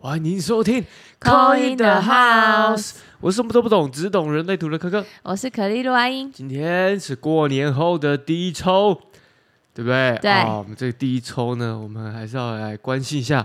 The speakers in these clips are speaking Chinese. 欢迎收听 Call in the House 我什么都不懂，只懂人类图的科科。我是可丽露阿英，今天是过年后的第一抽，对不对？对啊我们这个第一抽呢，我们还是要来关心一下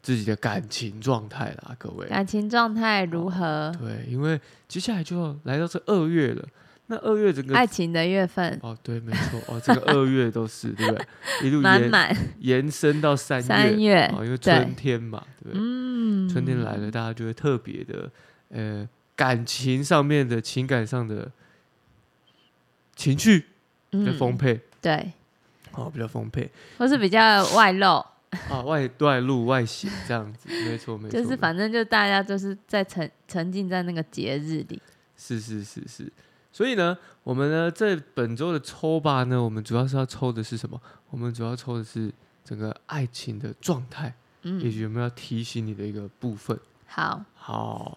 自己的感情状态啦，各位。感情状态如何？对，因为接下来就要来到这二月了，那二月整个爱情的月份哦，对，没错，哦，这个二月都是对 不对？一路满延满，延伸到三月，三月哦，因为对春天嘛，对不对？嗯，春天来了，大家就会特别的，呃，感情上面的情感上的情绪比较嗯，丰沛，对，哦，比较丰沛或是比较外露， 啊，外外露外显这样子，没错没错，就是没反正就大家就是在沉沉浸在那个节日里，是是是是，所以呢，我们呢这本周的抽吧呢，我们主要是要抽的是什么？我们主要抽的是整个爱情的状态，也嗯，许我们要提醒你的一个部分。好，好，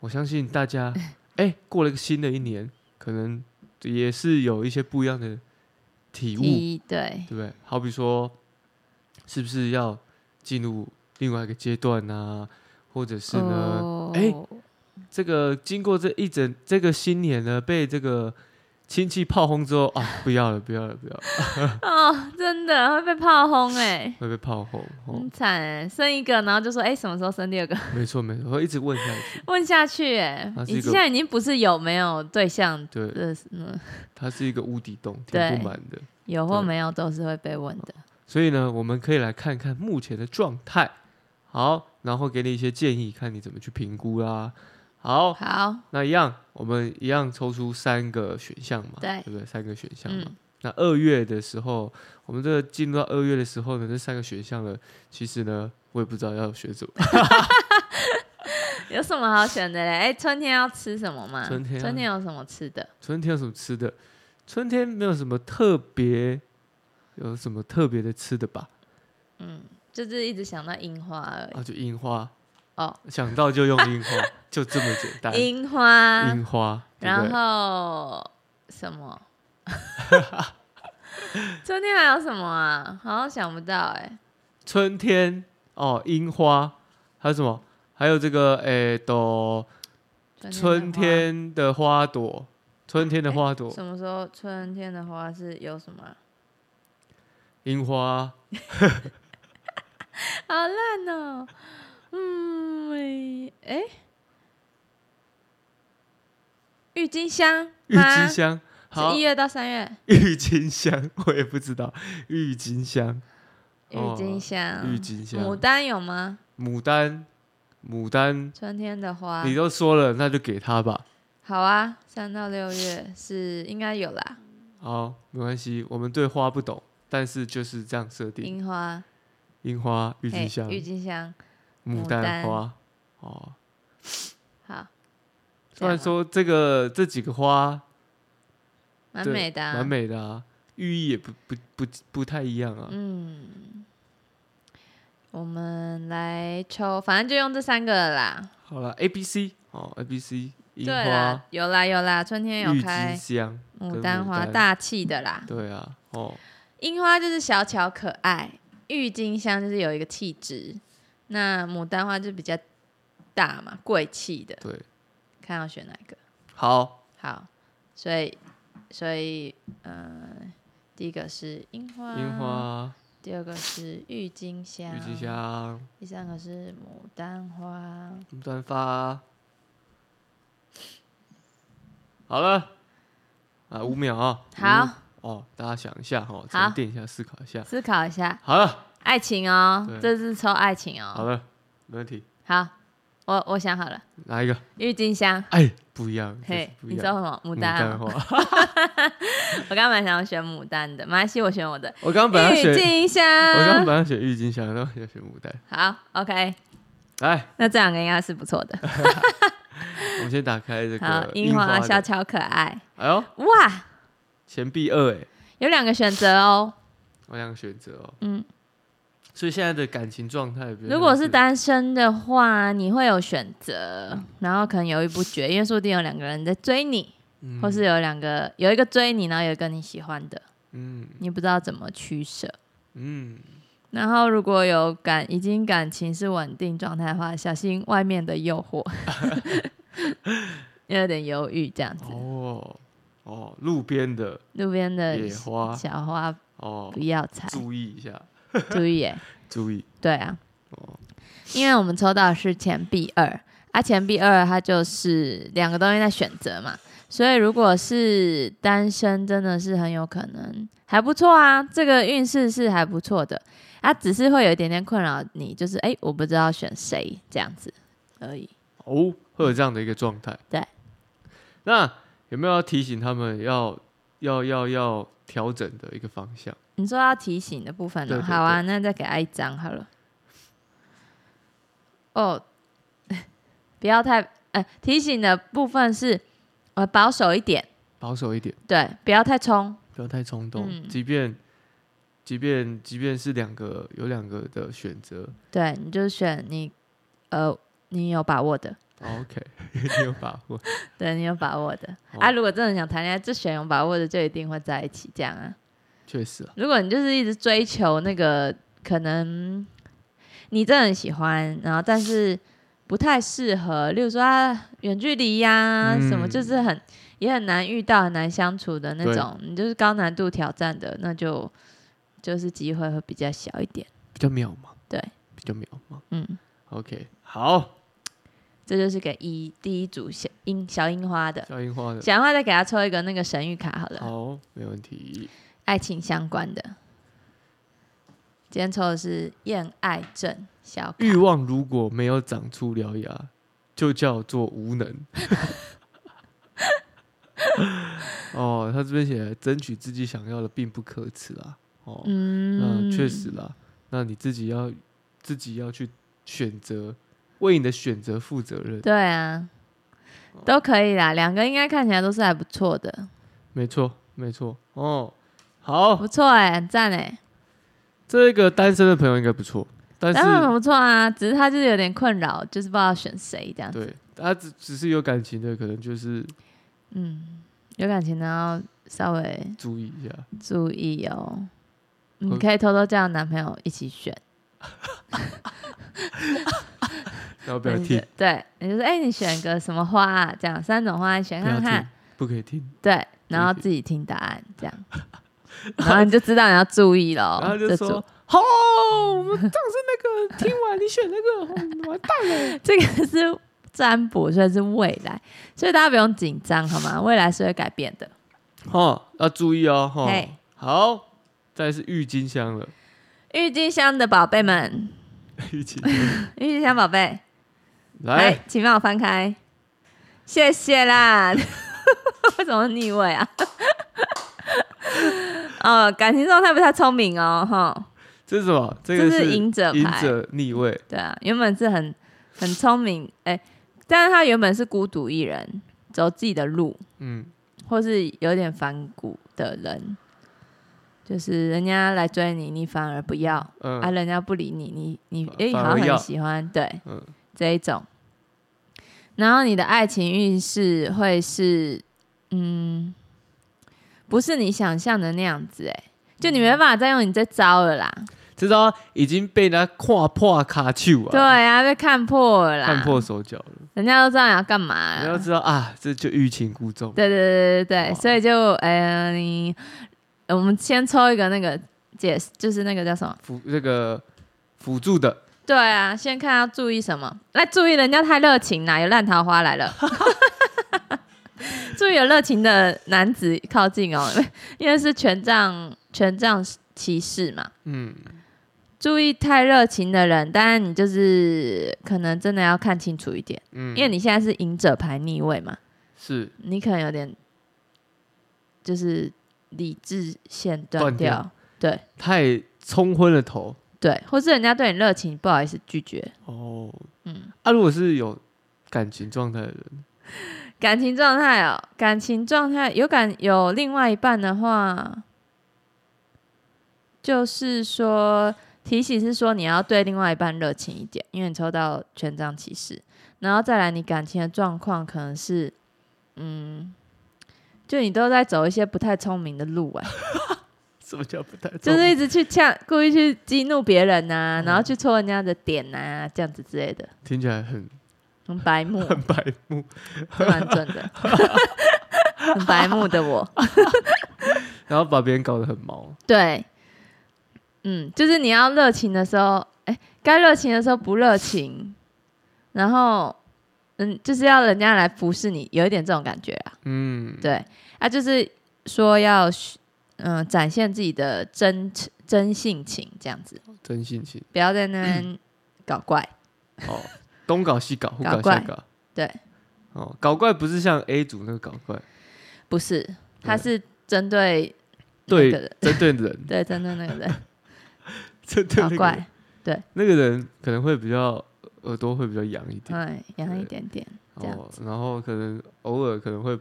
我相信大家，哎、过了一个新的一年，可能也是有一些不一样的体悟，一对对不对？好比说，是不是要进入另外一个阶段啊？或者是呢，哦哎这个经过这一整这个新年呢，被这个亲戚炮轰之后啊，不要了，不要了，不要了，哦，真的会被炮轰哎，会被炮轰。哦很，惨哎，生一个然后就说哎什么时候生第二个？ 没错没错，会一直问下去。问下去哎它，是一你个现在已经不是有没有对象 对，的，嗯，它是一个无底洞，填不对满的。有或对没有都是会被问的。所以呢，我们可以来看看目前的状态，好，然后给你一些建议，看你怎么去评估啦。好，好，那一样，我们一样抽出三个选项嘛，对不对？三个选项嘛。嗯，那二月的时候，我们这个进入到二月的时候呢，这三个选项呢，其实呢，我也不知道要选什么。 有什么好选的嘞？哎，春天要吃什么吗？春天啊有什么吃的？春天有什么吃的？春天没有什么特别，有什么特别的吃的吧？就是一直想到樱花而已。啊，就樱花，哦，想到就用樱花，就这么简单。樱花，樱花，对不对然后什么？ 春天还有什么啊？好像想不到哎、春天哦，樱花，还有什么？还有这个诶，都春的天的花朵，春天的花花朵，哎什么时候？春天的花是有什么啊、樱花，好烂哦、嗯，哎、郁金香郁金吗？香，好是一，月到三月，郁金香， 我也不知道，郁金香，哦郁金香，郁金牡香，丹有吗？牡丹，牡丹，春天的花，你都说了，那就给它吧。好啊，三到六月是应该有啦。好，没关系，我们对花不懂，但是就是这样设定，樱花、樱花、郁金嘿香、郁金香，牡牡丹丹花，哦。好。虽然这样吗说这个这几个花蛮对美的、啊，蛮。美的啊，寓意也不不不不太一样啊。嗯，我们来抽，反正就用这三个了啦。好了，A B C 哦，A B C 樱对啦花、，有啦有啦，春天郁有金开香，跟牡丹牡花，丹大气的啦。对啊，哦，樱花就是小巧可爱，郁金香就是有一个气质，那牡丹花就比较大嘛，贵气的。对，看要选哪一个。好，好，所以所以嗯、呃，第一个是樱花，樱，花、第二个是郁金香，郁金，香、第三个是牡丹花。牡丹花。好了，啊，五秒啊，五好，哦，大家想一下哈，好沉淀一下，思考一下。思考一下好了，爱情哦对，这次抽爱情好哦。了，没问题，好，我我想好了，哪一个？郁金香。哎，不一样，这嘿是，不一你抽样，嗯什么？牡牡丹丹哦。花。我刚刚蛮想要选牡丹的，马来西亚我选我的我刚本来 郁选，金香。我刚本来选郁金香，然后要选牡丹。好，OK，来，那这两个应该是不错的。我们先打开这好个，樱花花的小巧可爱，哎呦，哇，钱币二哎，有两个选择哦。我两个选择哦。嗯，所以现在的感情状态比较像，如果是单身的话，你会有选择，然后可能犹豫不决，因为说不定有两个人在追你，嗯，或是有两个有一个追你，然后有一个你喜欢的，嗯你不知道怎么取舍。嗯，然后如果有感已经感情是稳定状态的话，小心外面的诱 惑，有点犹豫这样子。哦哦，路边的路边的野花小花哦不，要 采，注意一下，注意耶。注意对啊，哦，因为我们抽到的是钱币二，啊，钱币二它就是两个东西在选择嘛，所以如果是单身，真的是很有可能还不错啊，这个运势是还不错的，啊，只是会有一点点困扰你，就是哎、诶我不知道选谁这样子而已。哦，会有这样的一个状态。对，那有没有要提醒他们要要要要调整的一个方向？你说要提醒的部分呢、对对好啊，那再给他一张好了。哦， 不要太呃，提醒的部分是呃保守一点，保守一点，对，不要太冲。不要太冲动。嗯即便即便即便是两个有两个的选择对，你就选你，呃，你有把握的，哦，OK，你 有把握。对你有把握的、好啊。如果真的想谈恋爱，就选有把握的，就一定会在一起这样啊。确实啊，如果你就是一直追求那个，可能你真的很喜欢，然后但是不太适合，例如说啊，远距离呀、什么，嗯就是很也很难遇到、很难相处的那对种，你就是高难度挑战的，那就就是机会会比较小一点。比较渺茫，对，比较渺茫。嗯。 OK，好，这就是给一第一组小樱小樱花的，小樱花的，小樱花再给他抽一个那个神谕卡好了，嗯好，没问题。爱情相关的。今天抽的是厌爱症小卡，欲望如果没有长出獠牙，就叫做无能。 哦，他这边写争取自己想要的并不可耻啦。哦，嗯那确实，啦，那你自己要自己要去选择，为你的选择负责任。对啊，哦都可以啦，两个应该看起来都是还不错的，没错，没错。哦，好，不错哎、很赞哎、这个单身的朋友应该不错，但当然是很不错啊，只是他就是有点困扰，就是不知道选谁这样子，对他只只是有感情的，可能就是嗯，有感情的要稍微注意一下。注意哦，你嗯可以偷偷叫男朋友一起选。然后不要你听就，对，你就说，哎、你选个什么花、啊？这样三种花你选不要看听看，，不可以听。对，然后对自己听答案，这样，然后你就知道你要注意 了。然后就哦这说组：“好，我们上次那个听完你选那个，哦 完蛋了。这个是占卜，所以是未来，所以大家不用紧张，好吗？未来是会改变的。”哦，要注意哦，哈、嘿好，再来是郁金香了，郁金香的宝贝们，郁金郁金香宝贝，来来，，请帮我翻开，谢谢啦。 为什么逆位啊？ 哦，感情状态不太聪明哦，哈。这是什么？这这个是是赢者赢牌者逆位，对啊，原本是很很聪明，哎、但是他原本是孤独一人，走自己的路，嗯，或是有点反骨的人，就是人家来追你，你反而不要，嗯、啊，人家不理你，你你反哎、反而好像要很喜欢，对嗯，这一种。然后你的爱情运势会是，嗯，不是你想象的那样子、哎，就你没办法再用你这招了啦。这招哦已经被人家跨破卡丘啊，对，啊，被看破了啦，看破手脚了。人家都知道你要干嘛你啦要知道啊，这就欲擒故纵，对对对对对，哇所以就哎呀、你我们先抽一个那个解释，就是那个叫什么？辅这个辅助的，对啊，先看要注意什么。那注意人家太热情啦，有烂桃花来了。注意有热情的男子靠近哦，因为是权杖权杖骑士嘛。嗯，注意太热情的人，当然你就是可能真的要看清楚一点，嗯因为你现在是赢者牌逆位嘛。是你可能有点就是理智线断断掉掉，对太冲昏了头对，或是人家对你热情，不好意思拒绝。哦。嗯，啊，如果是有感情状态的人，感情状态哦，感情状态有感有另外一半的话，就是说提醒是说你要对另外一半热情一点，因为你抽到权杖骑士，然后再来你感情的状况可能是，啊嗯，就你都在走一些不太聪明的路哎、什么叫不太？就是一直去呛，故意去激怒别人呐、然后去戳人家的点呐、这样子之类的，听起来很很白目，很白目。是蛮准的，很白目的我。然后把别人搞得很毛。对，嗯，就是你要热情的时候，哎、该热情的时候不热情，然后，嗯，就是要人家来服侍你，有一点这种感觉啊。嗯，对，啊，就是说要，嗯、展现自己的真真性情，这样子，真性情不要在那边搞怪。哦，东搞西搞，互搞搞怪瞎搞。对，哦，搞怪不是像 A 组那个搞怪，不是，他是针对那对个人，针对 人，对，针对那个人针 对搞那个人怪，那个人可能会比较耳朵会比较痒一点，哎，养一点点。呃这样哦，然后可能偶尔可能会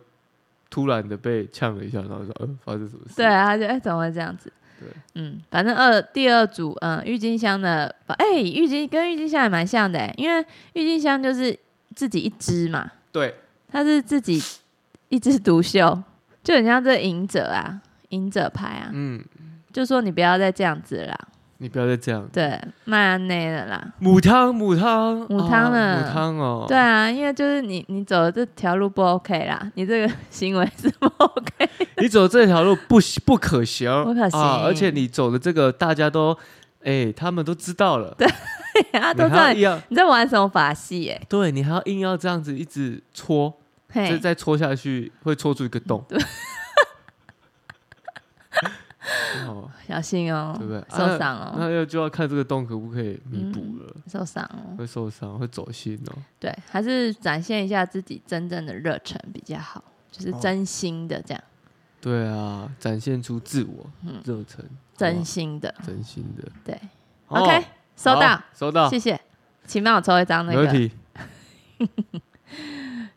突然的被呛了一下，然后说呃发生什么事？对，啊，他就哎、怎么会这样子？对，嗯，反正二第二组，嗯，郁金香的，哎、郁金跟郁金香也蛮像的、欸因为郁金香就是自己一支嘛，对，它是自己一枝独秀，就很像这赢者啊，赢者牌啊，嗯，就说你不要再这样子了啦，你不要再这样。对，卖安内了啦，母汤，母汤，母啊汤了母汤哦。对，啊，因为就是你你走的这条路不 OK 啦，你这个行为是不 OK，啊 你走这条路不行不可行，不可行啊！而且你走的这个，大家都，哎，他们都知道了，对，啊，你都知道还你要你在玩什么把戏哎、对你还要硬要这样子一直戳，这嘿，再戳下去会戳出一个洞。 哦，小心哦、对不对啊受伤哦、那要就要看这个洞可不可以弥补了，受伤哦。会受伤，会走心哦。对，还是展现一下自己真正的热忱比较好，就是哦真心的这样，对啊，展现出自我嗯热忱，真哇心的。真心的。对哦，OK，收到好，收到，谢谢，请帮我抽一张那没问个，题。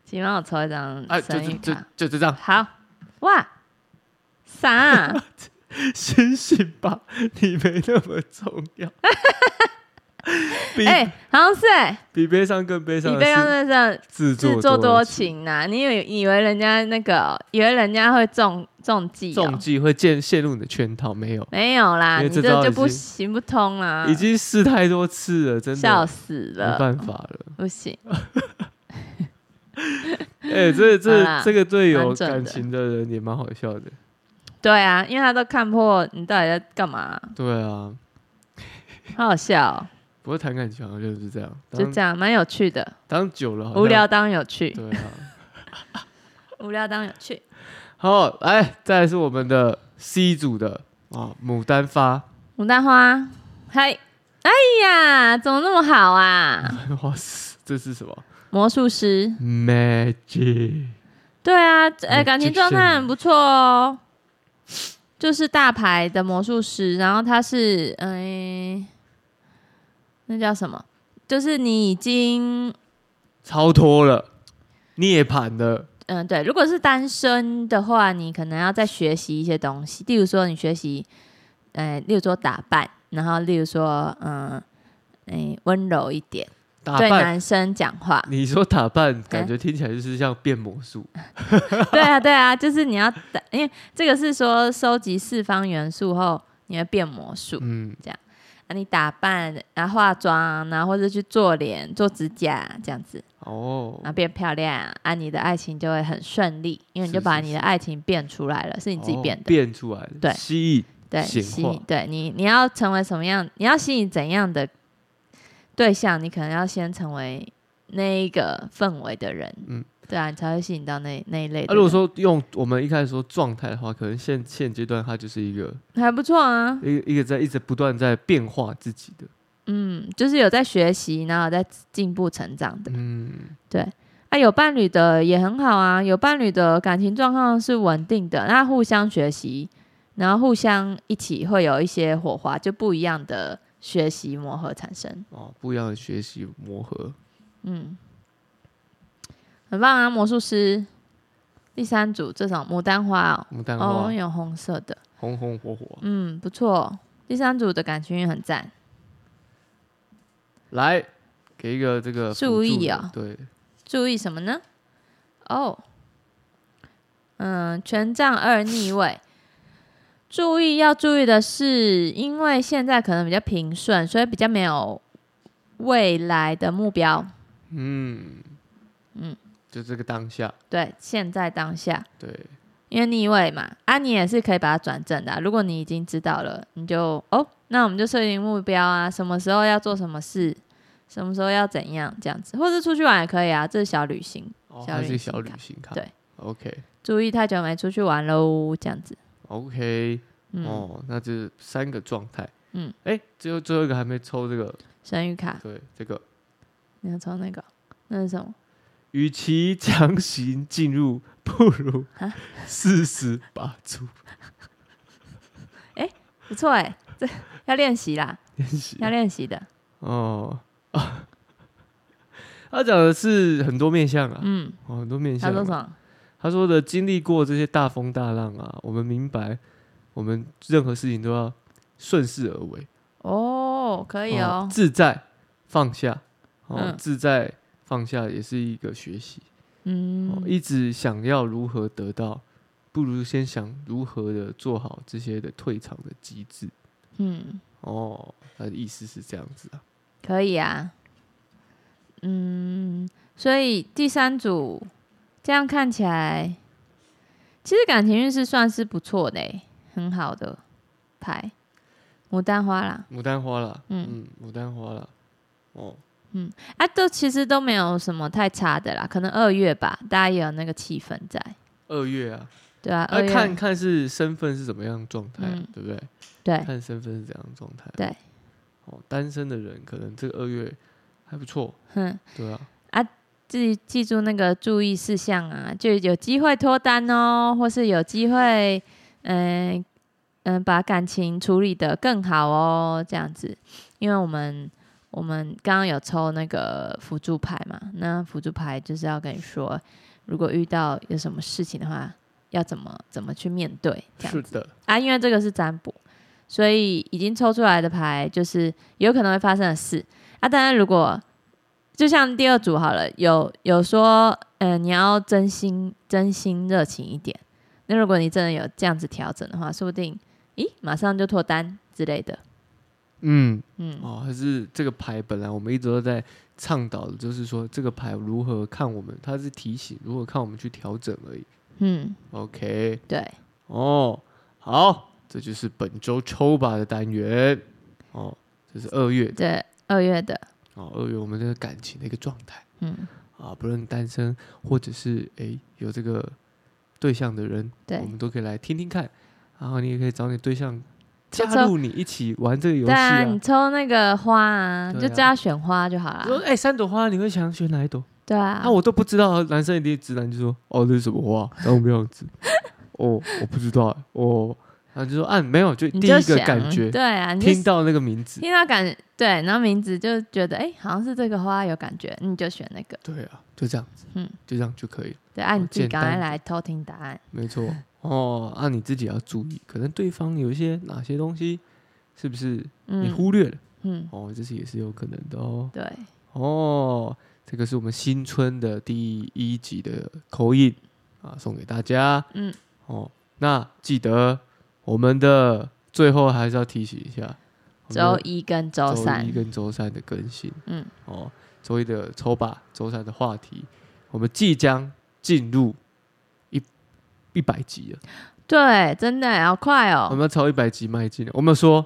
请帮我抽一张哎，就生就意就卡。就就这样， 好，哇，啥啊？醒醒吧，你没那么重 要。 比哎，好像是哎，比悲伤更悲伤你的被刚是才这样自自作作多情，情呐，你以为以为人家那个哦，以为人家会中中计中哦？计会陷陷入你的圈套，没有，没有啦，因为你这招这就已不经行不通啦，已经试太多次了，真嗯笑的死没了，办法了。不行。哎，这好这啦这个对有蛮准的感情的人也蛮好笑的。对啊，因为他都看破你到底在干嘛、对啊，好好笑哦、不过谈感情好像就是这样，就当这样，蛮有趣的。当久了好像无聊。当有趣，对啊，无聊当有趣。好，来，再来是我们的 C 组的啊，牡丹花，牡丹花，嗨，哎呀，怎么那么好啊？哇塞，这是什么魔术师， ？Magic，对啊，Magician 哎、感情状态很不错哦。就是大牌的魔术师，然后他是嗯、那叫什么？就是你已经超脱了，涅槃了，嗯，对，如果是单身的话，你可能要再学习一些东西，例如说你学习，呃，例如说打扮，然后例如说，嗯、哎，温柔一点，打对扮。，男生讲话 你说打扮，感觉听起来就是像变魔术，对啊，对啊，就是你要打，因为这个是说收集四方元素后，你会变魔术。嗯，啊，你打扮，然后化妆，然后或者去做脸、做指甲这样子，哦然，后变漂亮，啊，你的爱情就会很顺利，因为你就是把是你是的爱情变出来了，是你自己哦变的。变出来的，对蜥蜴，对，显吸化引对你，你要成为什么样？你要吸引怎样的对象？你可能要先成为那一个氛围的人，嗯嗯，对啊，你才会吸引到那那一类的人。啊，如果说用我们一开始说状态的话，可能现现阶段它就是一个还不错啊，一个一个在一直不断在变化自己的，嗯，就是有在学习，然后有在进步成长的。嗯，啊，有伴侣的也很好啊，有伴侣的感情状况是稳定的，那互相学习，然后互相一起会有一些火花，就不一样的学习磨合产生。哦，不一样的学习磨合，嗯，很棒啊，魔术师。第三组这种牡丹花哦，牡丹花哦，有红色的，红红火火。嗯，不错。第三组的感情运很赞，来，给一个这个注意啊、哦对，注意什么呢？哦，嗯，权杖二逆位，注意要注意的是，因为现在可能比较平顺，所以比较没有未来的目标。嗯嗯嗯，就这个当下，对，现在当下，对，因为逆位嘛，啊，你也是可以把它转正的啊、如果你已经知道了，你就哦，那我们就设定目标啊，什么时候要做什么事，什么时候要怎样这样子，或者出去玩也可以啊，这是小旅行。哦，它是小旅个行小旅卡行卡，对，OK 注意太久没出去玩喽，这样子。 OK，嗯，哦，那这三个状态，嗯嗯，哎，最后最后一个还没抽这个，神谕卡，对，这个，你要抽那个，那是什么？与其强行进入，不如适时把住不错哎、 这要练 习啦，练习要练习的。哦。他讲的是很多面向啊，嗯，哦，很多面他向说什嘛。么？他说的经历过这些大风大浪啊，我们明白，我们任何事情都要顺势而为，哦，可以哦，自在放下，哦，嗯自在放下也是一个学习。哦，嗯，一直想要如何得到，不如先想如何的做好这些的退场的机制。嗯，哦，他的意思是这样子啊。可以啊，嗯，所以第三组这样看起来，其实感情运势算是不错的、欸，很好的牌，牡丹花啦，牡丹花啦，嗯嗯牡丹花啦。哦，啊，都其实都没有什么太差的啦，可能二月吧，大家也有那个气氛在，二月啊，对啊，二那月看看是身份是怎么样的状态啊、嗯对不对？对，看身份是怎样的状态啊、对哦，单身的人可能这个二月还不错，哼。对啊。自己记住那个注意事项啊，就有机会脱单哦，或是有机会，嗯、嗯、把感情处理得更好哦，这样子。因为我们我们刚刚有抽那个辅助牌嘛，那辅助牌就是要跟你说，如果遇到有什么事情的话，要怎么怎么去面对，这样是子的，啊。因为这个是占卜，所以已经抽出来的牌就是有可能会发生的事啊。当然，如果就像第二组好了，有有说，嗯、你要真心真心热情一点。那如果你真的有这样子调整的话，说不定，咦，马上就脱单之类的。嗯，嗯，哦，还是这个牌本来我们一直都在倡导的，就是说这个牌如何看我们，它是提醒如何看我们去调整而已。嗯， OK，对，哦，好，这就是本周抽吧的单元。哦，这是二月的这二月的，哦，二月我们这个感情的一个状态嗯，啊，不论单身或者是诶有这个对象的人，对我们都可以来听听看。然后你也可以找你对象就加抽入你一起玩这个游戏对啊，啊你。抽那个花啊，对啊就只要选花就好你说啦。哎、诶三朵花，你会想选哪一朵？对啊，啊，我都不知道，男生一定直男就说，哦，这是什么花，长什么样子？哦，我不知道欸，哦，然后就说，啊，没有，就你第就一个想感觉，对啊，你就听到那个名字，听到感对，然后名字就觉得哎、好像是这个花有感觉，你就选那个。对啊，就这样子，嗯嗯，就这样就可以了，对，啊，你哦自己简赶单快来偷听答案。没错。哦，啊，你自己要注意，可能对方有一些哪些东西，是不是你嗯忽略了？嗯，哦，这是也是有可能的哦。对，哦，这个是我们新春的第一集的口音啊，送给大家。嗯，哦，那记得我们的最后还是要提醒一下，我们周的一跟周三周一，跟周三的更新。嗯，哦，周一的抽吧，周三的话题，我们即将进入一一百集了，对，真的好快我哦，们要朝一百集迈进了。我们有说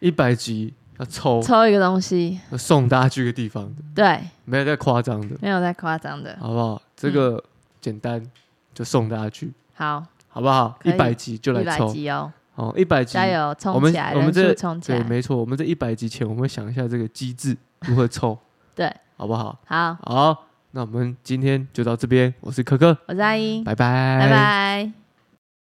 一百集要抽，抽一个东西，要送大家去一个地方的，对，没有在夸张的。没有在夸张的。好不好？这个嗯简单就送大家去，好，好不好？可以一百集就一来百抽集哦，哦，一百集加，油，我冲们起来，我们人数这冲起对，来。没错，我们在一百集前我们会想一下这个机制如何抽， 对，好不好？好，好，那我们今天就到这边，我是可可，我是阿英，拜拜，拜拜。